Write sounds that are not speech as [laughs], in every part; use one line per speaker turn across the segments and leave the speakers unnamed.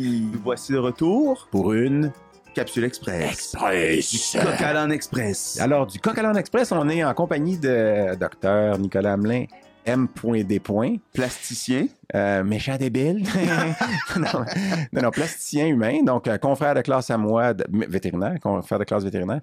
Nous voici de retour.
Pour une
Capsule Express. Ah,
Express.
Coq à l'âne Express.
Alors, du Coq à l'âne Express, on est en compagnie de Dr Nicolas Hamelin, M.D.
Plasticien.
Euh, méchant
[laughs]
débile. non, non, non, plasticien humain, donc euh, confrère de classe à moi, de- m- vétérinaire, confrère de classe vétérinaire,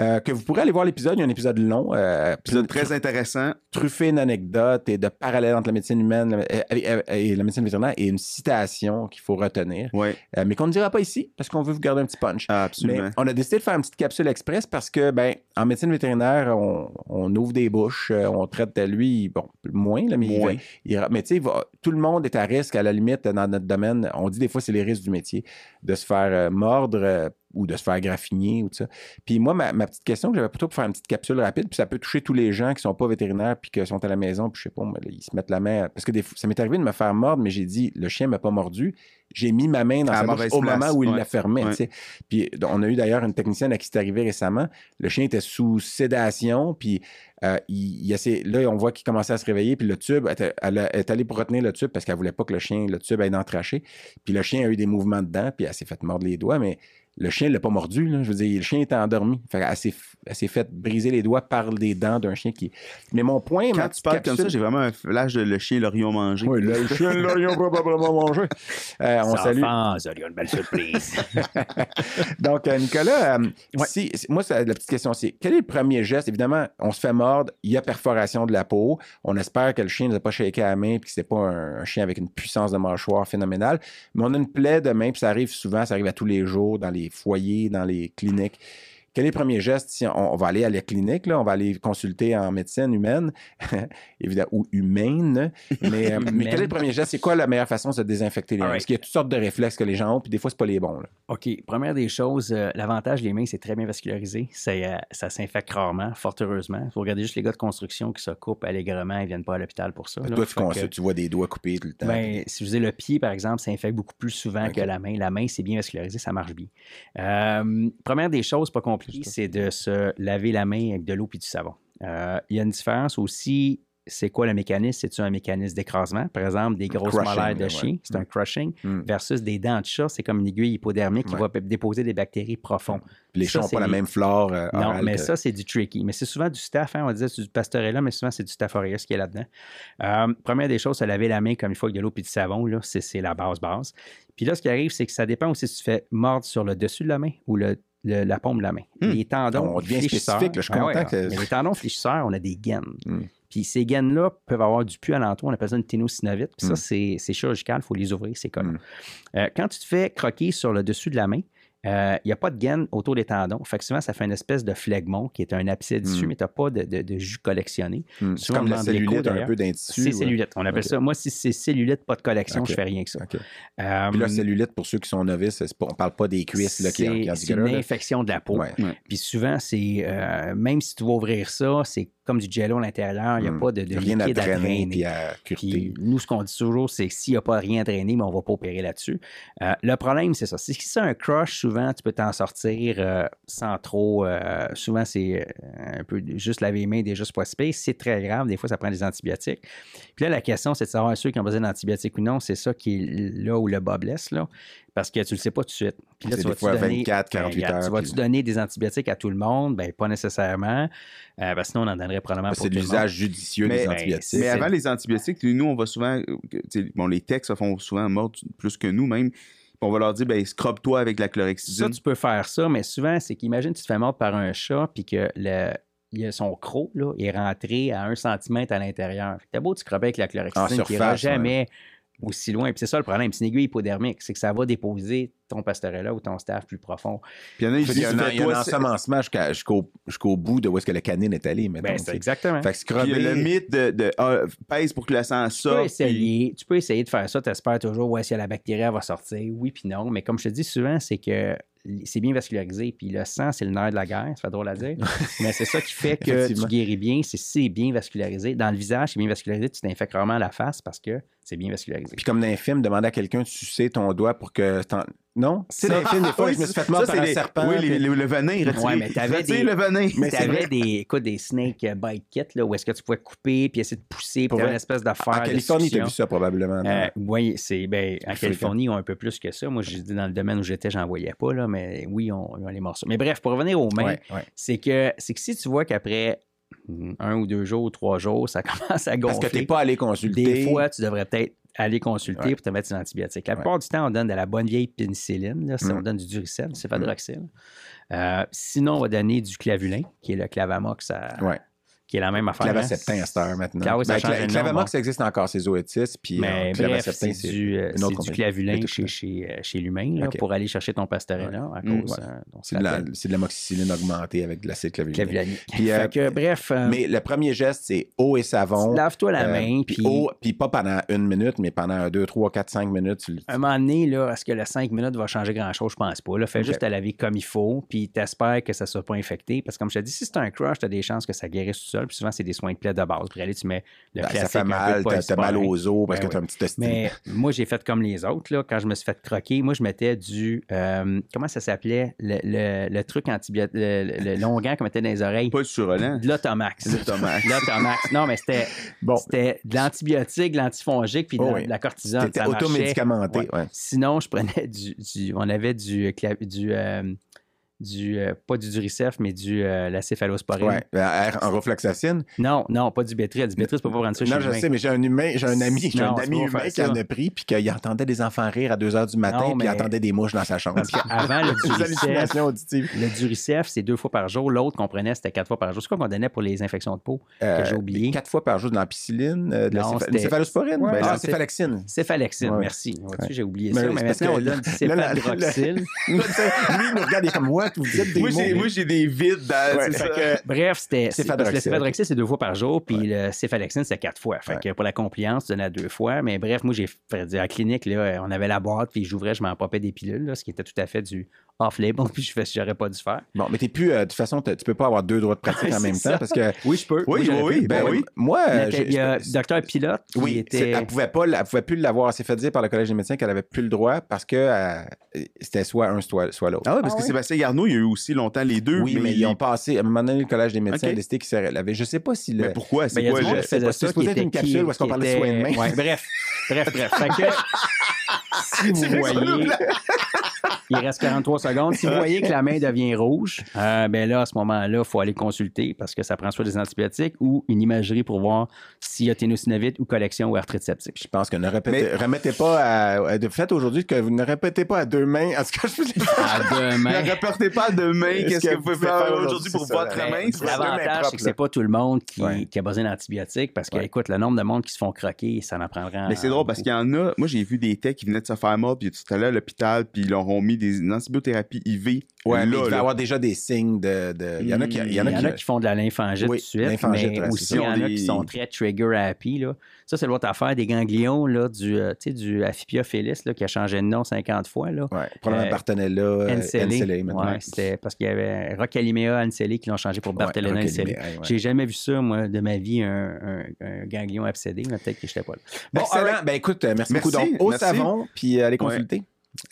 euh, que vous pourrez aller voir l'épisode. Il y a un épisode long, euh,
Épisode très intéressant.
truffé d'anecdotes et de parallèles entre la médecine humaine la- et, et- et la médecine vétérinaire et une citation qu'il faut retenir,
Oui,
euh, mais qu'on ne dira pas ici parce qu'on veut vous garder un petit punch. Mais
absolument.
on a décidé de faire une petite capsule express parce que, ben, en médecine vétérinaire, on, on ouvre des bouches, euh, on traite de lui, bon, moins, là, mais, il
Moins.
va- il ra- mais tu sais, il va- tout le monde est à risque, à la limite, dans notre domaine. On dit des fois, c'est les risques du métier, de se faire euh, mordre euh, ou de se faire graffiner ou tout ça. Puis moi, ma, ma petite question que j'avais plutôt pour faire une petite capsule rapide, puis ça peut toucher tous les gens qui sont pas vétérinaires puis qui sont à la maison, puis je sais pas, moi, ils se mettent la main. à- Parce que des fois, ça m'est arrivé de me faire mordre, mais j'ai dit, le chien m'a pas mordu. J'ai mis ma main dans
À
sa
la
bouche
mauvaise
au
place,
moment où il
ouais.
la fermait.
Ouais.
tu sais. Puis on a eu d'ailleurs une technicienne à qui c'est arrivé récemment. Le chien était sous sédation, puis euh, il, il essaie- là, on voit qu'il commençait à se réveiller, puis le tube, était- elle, a- est allée pour retenir le tube parce qu'elle voulait pas que le chien, le tube aille dans le traché. Puis le chien a eu des mouvements dedans, puis elle s'est fait mordre les doigts, mais le chien l'a pas mordu. là. Je veux dire, le chien était endormi. Fait qu'elle s'est f- elle s'est fait briser les doigts par les dents d'un chien qui. Mais mon point, ma
Quand tu
petite
parles comme
capsule-
ça, j'ai vraiment un flash de le chien l'orion mangé.
Oui, [laughs] le chien, là, ils ont probablement mangé. Euh, on salue.
Enfants, il y a une belle surprise.
[laughs] Donc, euh, Nicolas, euh,
Ouais.
si, si- moi, c'est la petite question, c'est quel est le premier geste? Évidemment, on se fait mordre, il y a perforation de la peau. On espère que le chien ne nous a pas shaké à la main puis que ce pas un, un chien avec une puissance de mâchoire phénoménale. Mais on a une plaie de main, puis ça arrive souvent, ça arrive à tous les jours, dans les foyers, dans les cliniques. Quel est le premier geste si on, on va aller à la clinique, là, on va aller consulter en médecine humaine, [laughs] évidemment, ou humaine, mais, euh, mais quel est le premier geste? C'est quoi la meilleure façon de se désinfecter les mains?
Alright.
Parce qu'il y a toutes sortes de réflexes que les gens ont, puis des fois, c'est pas les bons. là.
OK, première des choses, euh, l'avantage des mains, c'est très bien vascularisé. C'est, euh, ça s'infecte rarement, fort heureusement. Vous regardez juste les gars de construction qui se coupent allègrement, ils viennent pas à l'hôpital pour ça. là.
Toi, tu,
Fait que-
constates, tu vois des doigts coupés tout le temps.
Ben, si je dis le pied, par exemple, ça infecte beaucoup plus souvent
Ok.
que la main. La main, c'est bien vascularisé, ça marche bien. Euh, première des choses, pas compliqué, c'est de se laver la main avec de l'eau puis du savon. Euh, Il y a une différence aussi. C'est quoi le mécanisme? C'est-tu un mécanisme d'écrasement? Par exemple, des grosses
Crushing,
molaires de
ouais.
chien, c'est un crushing,
Mm.
versus des dents de chat, c'est comme une aiguille hypodermique qui
Ouais.
va p- déposer des bactéries profondes.
Puis les
ça,
chats n'ont
c'est
pas la
les-
même flore euh,
Non,
orale
mais
que-
ça, c'est du tricky. Mais c'est souvent du staff. hein. On disait c'est du pastorella, mais souvent, c'est du staphylococcus qui est là-dedans. Euh, première des choses, c'est laver la main comme il faut avec de l'eau et du savon. Là, c'est, c'est la base, base. Puis là, ce qui arrive, c'est que ça dépend aussi si tu fais mordre sur le dessus de la main ou le, le- la paume de la main.
Hmm.
Les tendons
On devient
fléchisseurs-
spécifique, là, je suis
Ah
content que-
mais les tendons fléchisseurs, on a des gaines.
Hmm.
Puis ces gaines-là peuvent avoir du puits alentour. On appelle ça une ténosynovite. Puis
Hmm.
ça, c'est, c'est chirurgical. Il faut les ouvrir. C'est comme.
Hmm.
Euh, quand tu te fais croquer sur le dessus de la main, euh, il n'y a pas de gaine autour des tendons. Fait que souvent, ça fait une espèce de phlegmon qui est un abcès d'issue,
Mm.
mais tu n'as pas de, de- de jus collectionné.
Hmm. C'est
souvent,
comme
on
la
demande l'écho,
cellulite un
d'ailleurs.
peu d'un tissu.
C'est
ouais.
cellulite. On appelle
Ok.
ça. Moi, si c'est cellulite, pas de collection,
Ok.
je fais rien que ça.
OK.
Euh,
Puis là, cellulite, pour ceux qui sont novices, c'est pas- on parle pas des cuisses là, qui,
c'est-
qui en
c'est une infection de la peau.
Ouais.
Puis souvent, c'est euh, même si tu vas ouvrir ça, c'est comme du jello à l'intérieur. Il n'y a
Mm.
pas de, de
Rien à
liquide
drainer,
à drainer.
puis à curter.
Puis nous, ce qu'on dit toujours, c'est que s'il n'y a pas rien drainé, mais on ne va pas opérer là-dessus. Euh, le problème, c'est ça. Si c'est un crush, souvent, tu peux t'en sortir euh, sans trop. euh, souvent, c'est euh, un peu de- juste laver les mains, déjà, c'est pas si pire. C'est très grave. Des fois, ça prend des antibiotiques. Puis là, la question, c'est de savoir ceux qui ont besoin d'antibiotiques ou non. C'est ça qui est là où le bas blesse, là. Parce que tu ne le sais pas tout de suite. Puis là,
C'est
tu
des
vas-tu
fois
donner- Ben,
24, 48
regarde,
heures,
Tu vas-tu
puis-
donner des antibiotiques à tout le monde? Ben, pas nécessairement. Euh, ben, sinon, on en donnerait probablement pour
C'est de
tout le monde.
l'usage judicieux
Mais-
des
Ben,
antibiotiques.
c'est-
Mais avant les antibiotiques, nous, on va souvent. euh, que- tu sais, Bon, les techs se font souvent mordre plus que nous, même. Puis On va leur dire, ben, scrub-toi avec la
Ça,
chlorhexidine.
tu peux faire ça, mais souvent, c'est qu'imagine, tu te fais mordre par un chat, puis que le, il a son croc là, est rentré à un centimètre à l'intérieur. Fait que T'as beau, tu crevais avec la
En
chlorhexidine,
Ah, surface,
qui ira
ouais.
jamais aussi loin. Puis c'est ça le problème, c'est une aiguille hypodermique, c'est que ça va déposer ton pastorella ou ton staff plus profond.
Puis il y en a, ils
Fait qu'il y a
disent,
un- il y a un
fais-toi ça.
ensemencement jusqu'à- jusqu'au jusqu'au bout de où est-ce que la canine est allée, mettons.
Ben,
tu
c'est
sais.
exactement.
Fait que
Puis
scrubber,
le mythe de, de, ah, pèse pour que le sang
Tu peux,
sorte. puis-
essayer, tu peux essayer de faire ça, tu espères toujours, ouais, si la bactérie elle va sortir, oui puis non. Mais comme je te dis souvent, c'est que c'est bien vascularisé, puis le sang, c'est le nerf de la guerre, ça fait drôle à dire.
[laughs]
mais c'est ça qui fait que tu
Effectivement.
guéris bien, c'est si c'est bien vascularisé. Dans le visage, c'est bien vascularisé, tu t'infectes rarement la face parce que C'est bien vascularisé.
Puis comme dans un film, demander à quelqu'un de sucer ton doigt pour que. t'en- Non? Tu sais, dans un film, des fois,
[laughs] Oui,
je me suis
ça-
fait mordre
ça,
par un
c'est les-
serpent.
Oui,
puis-
les- les- le venin est retiré.
Ouais, mais t'avais
Retire
des-
le venin.
Mais c'est
T'avais des, écoute, des snake bite kits, là, où est-ce que tu pouvais couper, puis essayer de pousser, puis
Pour
t'avais
vrai?
une espèce d'affaire.
En
de
Californie, t'as
succion.
vu ça probablement. non?
Euh, oui, c'est. Ben, en
Africain.
Californie, ils ont un peu plus que ça. Moi, j'ai dit dans le domaine où j'étais, j'en voyais pas, là, mais oui, on, ils ont les morceaux. Mais bref, pour revenir aux mains,
Ouais, ouais.
c'est que c'est que si tu vois qu'après un ou deux jours, trois jours, ça [laughs] commence
Parce
à
que
gonfler.
t'es pas allé consulter.
Des fois, tu devrais peut-être aller consulter
Ouais.
pour te mettre des antibiotiques. La plupart du temps, on donne de la bonne vieille pénicilline. là. Ça, On
Mm.
donne du duricelle, du céphadroxyle. Euh, sinon, on va donner du clavulin, qui est le clavamox, à-
Ouais.
qui est la même affaire. hein.
Clavaceptin à cette heure maintenant.
Ah oui, ça
Ben,
change
Cla-
énormément.
Clavamox, ça existe encore, ces oétis. Puis
Mais
euh,
bref,
Clavaceptin,
c'est
c'est.
du, euh,
une autre
c'est du
compagnie.
clavulin
Mais tout
chez,
ça.
chez, euh, chez l'humain là,
Ok.
pour aller chercher ton pastorella à
Mm,
cause
ouais.
euh, dont
C'est
ça
de, la-
s'appelle
c'est de l'amoxicilline augmentée avec de l'acide clavulinique.
clavulanique.
Puis, euh,
Fait que, bref, euh,
Mais le premier geste, c'est eau et savon.
lave-toi la
euh,
main,
puis
puis
eau, puis pas pendant une minute, mais pendant 2, 3, 4, 5 minutes. tu le-
un moment donné, là, est-ce que le 5 minutes va changer grand-chose? Je pense pas. Là. Fais
Ok.
juste te laver comme il faut, puis t'espères que ça ne soit pas infecté. Parce que comme je te dis, si c'est un crush, t'as des chances que ça guérisse tout seul. Puis souvent, c'est des soins de plaie de base. Puis allez, tu mets le
Ben, ça
classique
fait
un peu
mal, t'as t'as mal
polysporin.
aux os parce
Ben
que t'as un petit testicle.
Mais moi, j'ai fait comme les autres. Là. Quand je me suis fait croquer, moi, je mettais du. euh, comment ça s'appelait Le, le- le truc antibiotique. Le, le- le longuant qu'on mettait dans les
[laughs]
oreilles.
Pas le surrelent.
De l'automax.
L'automax.
De l'automax. Non, mais c'était
Bon,
c'était de l'antibiotique, de l'antifongique, puis de,
Oh
la-
oui.
de la cortisone.
t'étais
Ça marchait.
automédicamenté.
Ouais.
ouais.
Sinon, je prenais du. du- on avait du. cla- du, euh, du euh, pas du duricef, mais du euh, la céphalosporine.
Ouais, ben, en refloxacine.
Non, non, pas du bétril. Du bétril, tu peux pas prendre ça chez
non, je
l'humain.
sais, mais j'ai un humain, j'ai un ami, j'ai
Non,
un
c'est
ami
pas faire
humain qui
ça.
en a pris, puis qu'il entendait des enfants rire à 2 h du matin,
Non,
puis il
mais-
entendait des mouches dans sa chambre. [laughs]
Parce qu'avant, le
Des
duricef,
hallucinations auditives.
Le Duricef, c'est deux fois par jour. L'autre qu'on prenait, c'était quatre fois par jour. C'est quoi qu'on donnait pour les infections de peau que
Euh,
j'ai oublié?
quatre fois par jour de l'ampicilline, euh, de la
Non,
cépha-
c'était-
une céphalosporine,
Ouais,
ben,
ah,
la
[laughs]
céphalaxine.
Céphalexine,
Ouais.
merci. Vois-tu,
Ouais.
J'ai oublié
Ben
ça,
oui,
mais
c'est
maintenant, on
parce
donne du
que- là, la-
céphadroxyle.
Lui, il nous regarde, il est comme, what, vous dites des
Moi, j'ai-
mots. hein.
moi, j'ai des vides dans.
Ouais,
c'est
fait
ça.
que-
Bref, c'était. c'est- parce que Le
Céphadroxyle.
céphadroxyle, c'est deux fois par jour, puis le céphalexine, c'est quatre fois. Fait
Ouais.
que pour la compliance, tu donnais à deux fois. Mais bref, moi, j'ai fait dire à la clinique, là, on avait la boîte, puis j'ouvrais, je m'en popais des pilules, là, ce qui était tout à fait du off-label, [laughs] puis je fais j'aurais pas dû faire.
Bon, mais t'es plus, euh, de toute façon, t'as- tu peux pas avoir deux droits de pratique
Ouais,
en même
c'est ça.
temps, parce que,
Oui, je peux.
Oui, oui, oui, ben
ben,
oui.
moi, euh, j'ai-
Il y a docteur Pilote qui
Oui, c'est-
était.
elle pouvait pas, elle pouvait plus l'avoir. Elle s'est fait dire par le collège des médecins qu'elle avait plus le droit parce que euh, c'était soit un, soit, soit l'autre.
Ah ouais, parce que
ouais?
Sébastien Garneau, il y a eu aussi longtemps les deux.
oui, mais
il-
ils ont passé. À un moment donné, le collège des médecins
Ok.
a décidé qu'ils se l'avaient. Je sais pas si le.
Mais pourquoi?
Mais
C'est
il y a
quoi
du monde
le.
qui faisait
pas,
ça.
c'est supposé
qui
être une
était-
capsule
qui-
où est-ce qu'on
qui
parlait de
était-
soins de main.
Ouais, bref, bref, bref. Fait que,
[laughs]
si vous voyez,
[laughs]
il reste 43 secondes. Si vous voyez que la main devient rouge, euh, ben là, à ce moment-là, il faut aller consulter parce que ça prend soit des antibiotiques ou une imagerie pour voir s'il y a ténosynovite ou collection ou arthrite septique.
Je pense que ne répétez, remettez pas à. à- de- Faites aujourd'hui que vous ne répétez pas à deux mains. En tout cas, je vous ai-
À [laughs] demain.
Ne reportez pas demain
Est-ce
qu'est-ce que vous pouvez faire aujourd'hui pour votre
c'est ça,
main.
c'est la-
L'avantage, c'est que c'est pas tout le monde qui,
Ouais.
qui a besoin d'antibiotiques parce que,
Ouais.
écoute, le nombre de monde qui se font croquer, ça en prendra.
Mais c'est drôle parce qu'il y en a. Moi, j'ai vu des techs qui venaient de se faire mordre, puis tout à l'heure à l'hôpital, puis ils leur ont mis des une antibiothérapie IV.
Ouais, mais il
là,
devait
là.
avoir déjà des signes de. de- Il y en a qui. Hmm, Il y en
Il y en a
a qui.
qui font de la lymphangite
Oui,
tout de suite,
lymphangite,
mais
ouais,
aussi
c'est
il y
ça.
en a
Des-
qui sont très trigger happy. Là. Ça, c'est l'autre affaire des ganglions, là, du, euh, tu sais, du Afipia felis là, qui a changé de nom 50 fois. Là.
Ouais, probablement
Euh,
Bartonella, euh,
Anceli.
Anceli, maintenant.
Ouais, c'était parce qu'il y avait Rocalimea Anceli qui l'ont changé pour Barthelena
Ouais,
Anceli.
Rocalimera, E. ouais.
J'ai jamais vu ça, moi, de ma vie, un, un- un ganglion absédé, mais peut-être que je n'étais pas là.
Bon,
Bon,
Excellent.
alright.
Ben écoute, euh, merci,
Merci,
beaucoup. Donc, au
merci.
savon, puis euh, allez
Ouais.
consulter.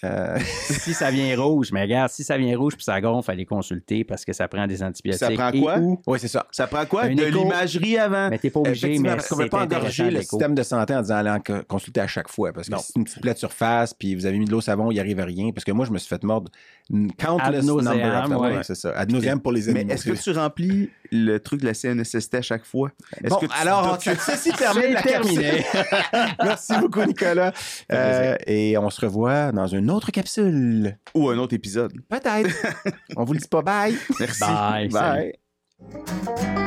Euh,
si ça vient rouge, mais regarde, si ça vient rouge puis ça gonfle, allez consulter parce que ça prend des
Ça
antibiotiques.
prend
et
quoi?
ou-
oui, c'est ça.
Ça prend quoi?
Un
De
écho.
l'imagerie avant.
Mais t'es pas obligé,
Effectivement,
mais
parce qu'on ne veut
c'est
pas
intéressant,
engorger le
l'écho.
système de santé en disant allez en co- consulter à chaque fois. Parce que
Non.
si c'est une petite plaie de surface, puis vous avez mis de l'eau au savon, il n'y arrive à rien. Parce que moi, je me suis fait mordre une countless
Ad nauseam,
number of times.
ouais.
Ouais, c'est ça. Ad nauseam pour les
Mais
animaux.
est-ce que tu remplis le truc de la CNSST à chaque fois? Est-ce
Bon,
que tu-
alors,
tu-
ceci termine la capsule. [laughs] Merci beaucoup, Nicolas. Euh, et on se revoit dans une autre capsule.
Ou un autre épisode.
[laughs]
Peut-être. on vous le dit pas. Bye.
Merci.
Bye, salut.
Bye.